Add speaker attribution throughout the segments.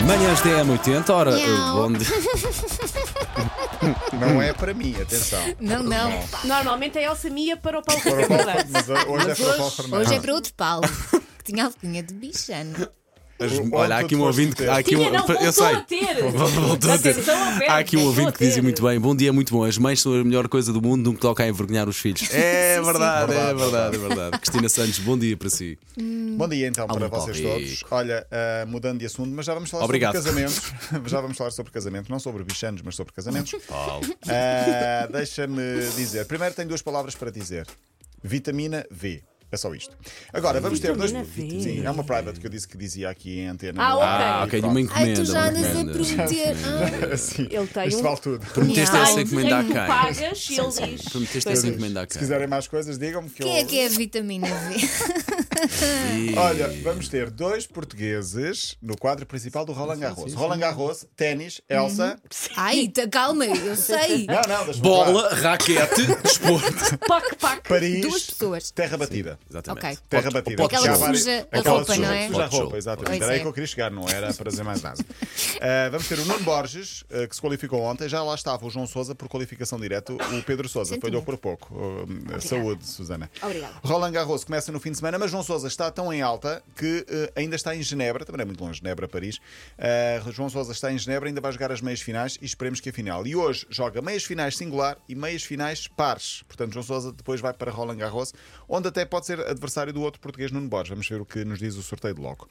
Speaker 1: Manhãs da M80, ora, eh,
Speaker 2: Miau.
Speaker 1: onde.
Speaker 3: Não é para mim, atenção.
Speaker 2: Não, não.
Speaker 4: Normalmente é Elsamia para o Paulo
Speaker 3: Para o Paulo-
Speaker 4: Fernandes.
Speaker 3: mas hoje é para o Paulo Fernandes.
Speaker 2: Hoje é para outro Paulo, que tinha alcunha de bichano.
Speaker 1: Mas,
Speaker 3: Onde
Speaker 1: olha, há
Speaker 3: tu
Speaker 1: aqui um
Speaker 3: foste
Speaker 1: ouvinte que.
Speaker 3: ter?
Speaker 1: há aqui um-
Speaker 4: Tinha, não, voltou
Speaker 1: eu sei.
Speaker 4: a ter.
Speaker 1: Voltou a ter.
Speaker 4: Atenção ao Pedro,
Speaker 1: Há aqui um
Speaker 4: voltou
Speaker 1: ouvinte
Speaker 4: a
Speaker 1: que dizia
Speaker 4: ter.
Speaker 1: muito bem: Bom dia, muito bom. As mães são a melhor coisa do mundo, nunca toca a envergonhar os filhos. É verdade, é verdade, é verdade. Cristina Santos, bom dia para si.
Speaker 3: Bom dia então para vocês
Speaker 1: tópico.
Speaker 3: todos. Olha, ah, mudando de assunto, mas já vamos falar
Speaker 1: Obrigado.
Speaker 3: sobre casamentos. já vamos falar sobre casamentos, não sobre bichanos, mas sobre casamentos. Ah, Deixa-me dizer. Primeiro tenho duas palavras para dizer: vitamina V. É só isto. Agora, vamos ter dois.
Speaker 4: Vitamina V.
Speaker 3: Sim, é uma private que eu disse que dizia aqui em antena.
Speaker 4: Ah,
Speaker 3: no
Speaker 4: ok.
Speaker 3: ar.
Speaker 1: Ah,
Speaker 3: E
Speaker 1: ok,
Speaker 3: pronto.
Speaker 1: uma
Speaker 2: Ai,
Speaker 1: encomenda.
Speaker 2: tu já
Speaker 1: uma
Speaker 2: andas a
Speaker 1: encomenda.
Speaker 2: prometer. Ah,
Speaker 3: Sim,
Speaker 4: Ele tem
Speaker 3: Isto
Speaker 4: um-
Speaker 3: vale tudo.
Speaker 1: Prometeste
Speaker 2: Miau.
Speaker 1: essa
Speaker 4: Ai,
Speaker 1: encomenda a
Speaker 4: tu
Speaker 1: quem?
Speaker 4: pagas e ele diz.
Speaker 1: Prometeste essa encomenda a
Speaker 3: é. Se
Speaker 1: quem?
Speaker 3: quiserem mais coisas, digam-me que
Speaker 2: quem é
Speaker 3: eu.
Speaker 2: que é a vitamina V?
Speaker 3: Olha, vamos ter dois portugueses no quadro principal do Roland Garros. Roland Garros, ténis, Elsa.
Speaker 2: Ai, tá- calma, eu sei.
Speaker 3: Não, não, deixa-me falar.
Speaker 1: Bola, raquete, desporto.
Speaker 4: Pac, pac.
Speaker 3: Paris,
Speaker 2: Duas pessoas.
Speaker 3: terra batida.
Speaker 1: Exatamente.
Speaker 2: Ok.
Speaker 3: Terra batida.
Speaker 1: Aquela
Speaker 3: Já
Speaker 1: que
Speaker 3: há vários-
Speaker 2: suja a
Speaker 3: aquela
Speaker 2: roupa,
Speaker 3: que suja,
Speaker 2: não é?
Speaker 3: Suja a
Speaker 1: Podes
Speaker 3: roupa,
Speaker 1: show,
Speaker 3: exatamente.
Speaker 2: podes
Speaker 3: Era aí
Speaker 2: show.
Speaker 3: que eu queria chegar, não era para dizer mais nada. Ah, vamos ter o Nuno Borges, ah, que se qualificou ontem. Já lá estava o João Souza por qualificação direto. O Pedro Souza falhou por pouco. Ah, saúde, Susana.
Speaker 4: Obrigada.
Speaker 3: Roland Garros começa no fim de semana, mas João Souza está tão em alta que eh, ainda está em Genebra, também é muito longe, Genebra, Paris. Eh, João Souza está em Genebra, ainda vai jogar as meias finais e esperemos que a final. E hoje joga meias finais singular e meias finais pares. Portanto, João Souza depois vai para Roland Garros, onde até pode ser adversário do outro português Nuno Borges. Vamos ver o que nos diz o sorteio de logo.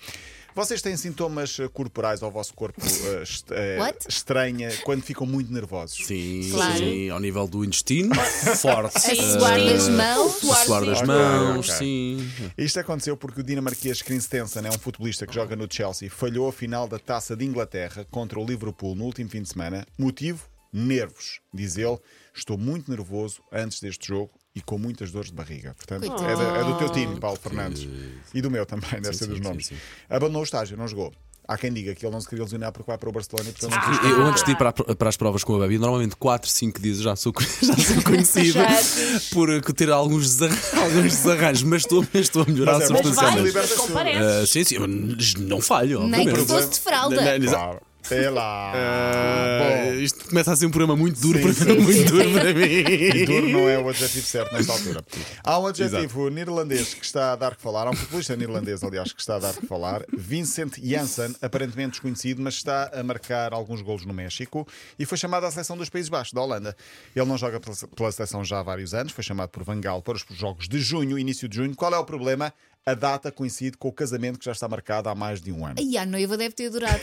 Speaker 3: Vocês têm sintomas eh, corporais ao vosso corpo eh, est- eh,
Speaker 2: What?
Speaker 3: estranha quando ficam muito nervosos?
Speaker 1: Sim,
Speaker 2: Claro.
Speaker 1: sim, ao nível do intestino, forte.
Speaker 2: A
Speaker 1: Ah,
Speaker 2: suar das mãos.
Speaker 1: o suar das
Speaker 3: Ok,
Speaker 1: mãos,
Speaker 3: ok.
Speaker 1: sim.
Speaker 3: Isto aconteceu porque o dinamarquês Christensen é um futebolista que joga no Chelsea, falhou a final da Taça de Inglaterra contra o Liverpool no último fim de semana. Motivo? Nervos. Diz ele, estou muito nervoso antes deste jogo e com muitas dores de barriga. Portanto, é, da- é do teu time, Paulo Fernandes. E do meu também, deve ser
Speaker 1: sim,
Speaker 3: dos
Speaker 1: sim,
Speaker 3: nomes.
Speaker 1: sim.
Speaker 3: Abandonou o estágio, não jogou. Há quem diga que ele não se queria ilusionar porque vai para o Barcelona e portanto não
Speaker 2: Ah.
Speaker 3: quis
Speaker 1: Eu antes de ir para, a- para as provas com a Babi, normalmente 4, 5 dias eu já sou, já sou conhecido
Speaker 4: Já diz.
Speaker 1: por eh, ter alguns, desar- alguns desarranjos, mas estou, mas estou a melhorar
Speaker 3: Mas é bom, mas vai,
Speaker 1: substancialmente.
Speaker 3: liberta-se.
Speaker 4: compareces.
Speaker 1: Ah, sim, sim, eu n- não falho.
Speaker 2: Nem que
Speaker 1: obviamente.
Speaker 2: fosse de fralda.
Speaker 1: Não, não, exa-
Speaker 3: Claro. Sei lá.
Speaker 1: Ah,
Speaker 3: Bom.
Speaker 1: Isto começa a ser um programa muito duro,
Speaker 3: Sim,
Speaker 1: para,
Speaker 3: sim,
Speaker 1: muito
Speaker 3: sim.
Speaker 1: duro para mim.
Speaker 3: E duro não é o adjetivo certo nesta altura. Há um adjetivo neerlandês que está a dar que falar, há um populista neerlandês, aliás, que está a dar que falar, Vincent Janssen, aparentemente desconhecido, mas está a marcar alguns golos no México e foi chamado à seleção dos Países Baixos, da Holanda. Ele não joga pela- pela seleção já há vários anos, foi chamado por Vangal para os jogos de junho, início de junho. Qual é o problema? A data coincide com o casamento que já está marcado há mais de um ano.
Speaker 2: Ai, a noiva deve ter adorado.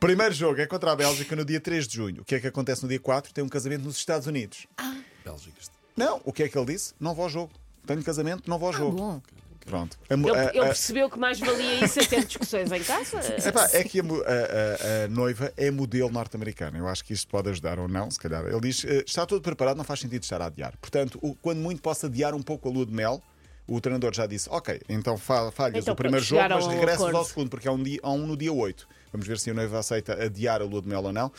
Speaker 3: Primeiro jogo é contra a Bélgica no dia 3 de junho. O que é que acontece no dia 4? Tem um casamento nos Estados Unidos. Não, o que é que ele disse? Não vou ao jogo. Tenho casamento, não vou ao jogo.
Speaker 2: Bom,
Speaker 3: Pronto. A mu-
Speaker 4: Ah,
Speaker 1: é,
Speaker 4: Ele,
Speaker 3: a-
Speaker 4: ele
Speaker 3: a-
Speaker 4: percebeu que mais valia isso a ter discussões em casa?
Speaker 3: Epá, é que a, mu- a- a- a noiva é modelo norte-americana. Eu acho que isto pode ajudar ou não, se calhar. Ele diz: eh, está tudo preparado, não faz sentido estar a adiar. Portanto, o- quando muito possa adiar um pouco a lua de mel, o treinador já disse: ok, então fa- falhas
Speaker 4: Então,
Speaker 3: o primeiro jogo,
Speaker 4: chegaram
Speaker 3: mas
Speaker 4: ao
Speaker 3: regressas
Speaker 4: acordo.
Speaker 3: ao segundo, porque há um, dia, há um no dia 8. Vamos ver se a noiva aceita adiar a lua de mel ou não.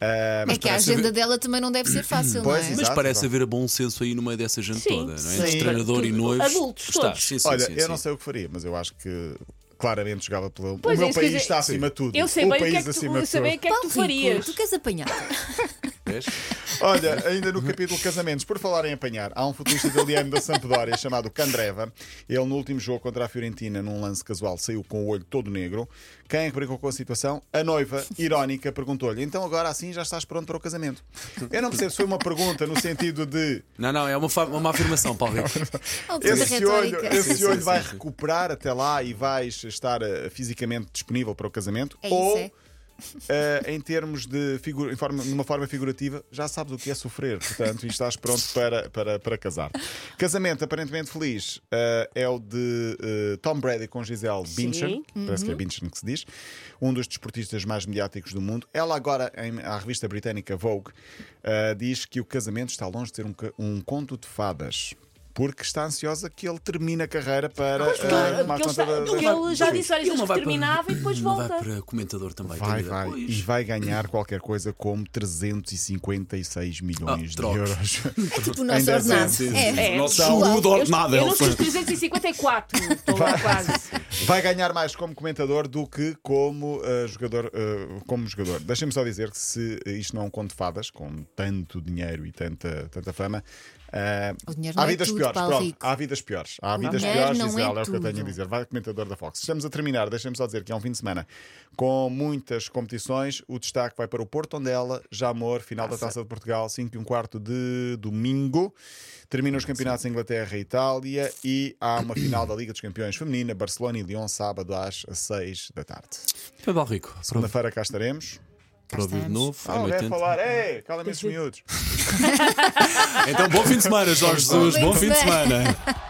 Speaker 3: Ah,
Speaker 2: é que a
Speaker 1: parece
Speaker 2: agenda dela também não deve ser fácil, não
Speaker 3: Pois,
Speaker 2: é?
Speaker 3: exato.
Speaker 1: Mas parece haver bom senso aí no meio dessa gente
Speaker 4: Sim,
Speaker 1: toda, não é?
Speaker 4: sim.
Speaker 1: Entre
Speaker 3: Sim.
Speaker 1: treinador e noivos.
Speaker 4: Adultos,
Speaker 1: está.
Speaker 4: todos.
Speaker 1: Sim, sim,
Speaker 3: Olha,
Speaker 1: sim,
Speaker 3: eu
Speaker 1: sim.
Speaker 3: não sei o que faria, mas eu acho que claramente jogava pelo. o
Speaker 4: Pois é,
Speaker 3: meu
Speaker 4: isso
Speaker 3: país
Speaker 4: quer dizer-
Speaker 3: está acima de tudo.
Speaker 4: Eu sei
Speaker 1: Um
Speaker 3: o
Speaker 4: bem o que
Speaker 3: país
Speaker 4: é que tu,
Speaker 3: acima
Speaker 4: eu
Speaker 3: de
Speaker 4: sei
Speaker 3: tudo.
Speaker 4: bem o que é que tu
Speaker 2: Paulo Rico,
Speaker 4: farias.
Speaker 2: tu queres apanhar?
Speaker 1: Vês?
Speaker 3: Olha, ainda no capítulo casamentos, por falar em apanhar, há um futebolista italiano da Sampdoria chamado Candreva. Ele, no último jogo contra a Fiorentina, num lance casual, saiu com o olho todo negro. Quem é que brincou com a situação? A noiva, irónica, perguntou-lhe: então agora assim já estás pronto para o casamento? Eu não percebo se foi uma pergunta no sentido de.
Speaker 1: Não, não, é uma, fa- uma afirmação, Paulo Rico.
Speaker 2: Ou coisa
Speaker 3: Esse olho,
Speaker 2: retórica.
Speaker 3: esse
Speaker 1: sim,
Speaker 3: olho
Speaker 1: sim,
Speaker 3: vai
Speaker 1: sim.
Speaker 3: recuperar até lá e vais estar eh, fisicamente disponível para o casamento?
Speaker 2: É isso,
Speaker 3: ou,
Speaker 2: é.
Speaker 3: eh, em termos de figu- em forma, numa forma figurativa, já sabes o que é sofrer, portanto, e estás pronto para, para, para casar. Casamento aparentemente feliz eh, é o de eh, Tom Brady com Gisele Bündchen,
Speaker 4: Uhum.
Speaker 3: parece que é Bündchen que se diz, um dos desportistas mais mediáticos do mundo. Ela agora, em, à revista britânica Vogue, eh, diz que o casamento está longe de ser um ca- um conto de fadas. porque está ansiosa que ele termine a carreira para
Speaker 4: Pois, porque
Speaker 3: eh,
Speaker 4: ele-
Speaker 3: tomar
Speaker 4: porque ele,
Speaker 3: conta
Speaker 4: está-
Speaker 3: da-
Speaker 4: porque
Speaker 3: da-
Speaker 4: ele já disse, olha,
Speaker 1: Ele não
Speaker 4: Jesus
Speaker 1: vai
Speaker 4: terminava e depois
Speaker 1: Não
Speaker 4: volta.
Speaker 1: vai para comentador também.
Speaker 3: Vai,
Speaker 1: querida.
Speaker 3: vai.
Speaker 1: Pois. é.
Speaker 3: E vai ganhar qualquer coisa como 356 milhões
Speaker 1: Ah,
Speaker 3: de
Speaker 1: trocos.
Speaker 3: euros.
Speaker 2: É tipo o
Speaker 3: Ainda
Speaker 2: nosso
Speaker 3: é
Speaker 2: ordenado.
Speaker 3: assim,
Speaker 2: É.
Speaker 1: O nosso
Speaker 4: Igual.
Speaker 1: juro de
Speaker 4: Eu-
Speaker 1: ordenado,
Speaker 4: Eu não
Speaker 1: Elsa.
Speaker 4: fiz 354, estou lá quase.
Speaker 3: Vai ganhar mais como comentador do que como eh, jogador. eh, como jogador. Deixem-me só dizer que se isto não é um conto de fadas, com tanto dinheiro e tanta, tanta fama. eh,
Speaker 2: O dinheiro
Speaker 3: há
Speaker 2: não é
Speaker 3: vidas
Speaker 2: tudo,
Speaker 3: piores,
Speaker 2: Paulo
Speaker 3: pronto.
Speaker 2: Rico.
Speaker 3: Há vidas piores. Há vidas
Speaker 2: dinheiro
Speaker 3: piores,
Speaker 2: não
Speaker 3: Isabel,
Speaker 2: é
Speaker 3: é, o que eu tenho a
Speaker 2: tudo.
Speaker 3: dizer. Vai comentador da Fox. Estamos a terminar, deixem-me só dizer que é um fim de semana com muitas competições. O destaque vai para o Porto Ondela, Jamor,
Speaker 2: Ah,
Speaker 3: final da Taça de Portugal, 5 e um quarto de domingo. Terminam os campeonatos em Inglaterra e Itália e há uma final da Liga dos Campeões Feminina, Barcelona e Lyon, sábado às 6 da tarde.
Speaker 1: Foi bom, Rico. Para,
Speaker 3: Segunda-feira cá estaremos.
Speaker 1: para ouvir de
Speaker 2: estamos.
Speaker 1: novo.
Speaker 3: Ah, alguém a
Speaker 1: M80.
Speaker 3: falar, ei, calem-me esses miúdos.
Speaker 1: Então, bom fim de semana, Jorge Jesus. Bom fim de semana.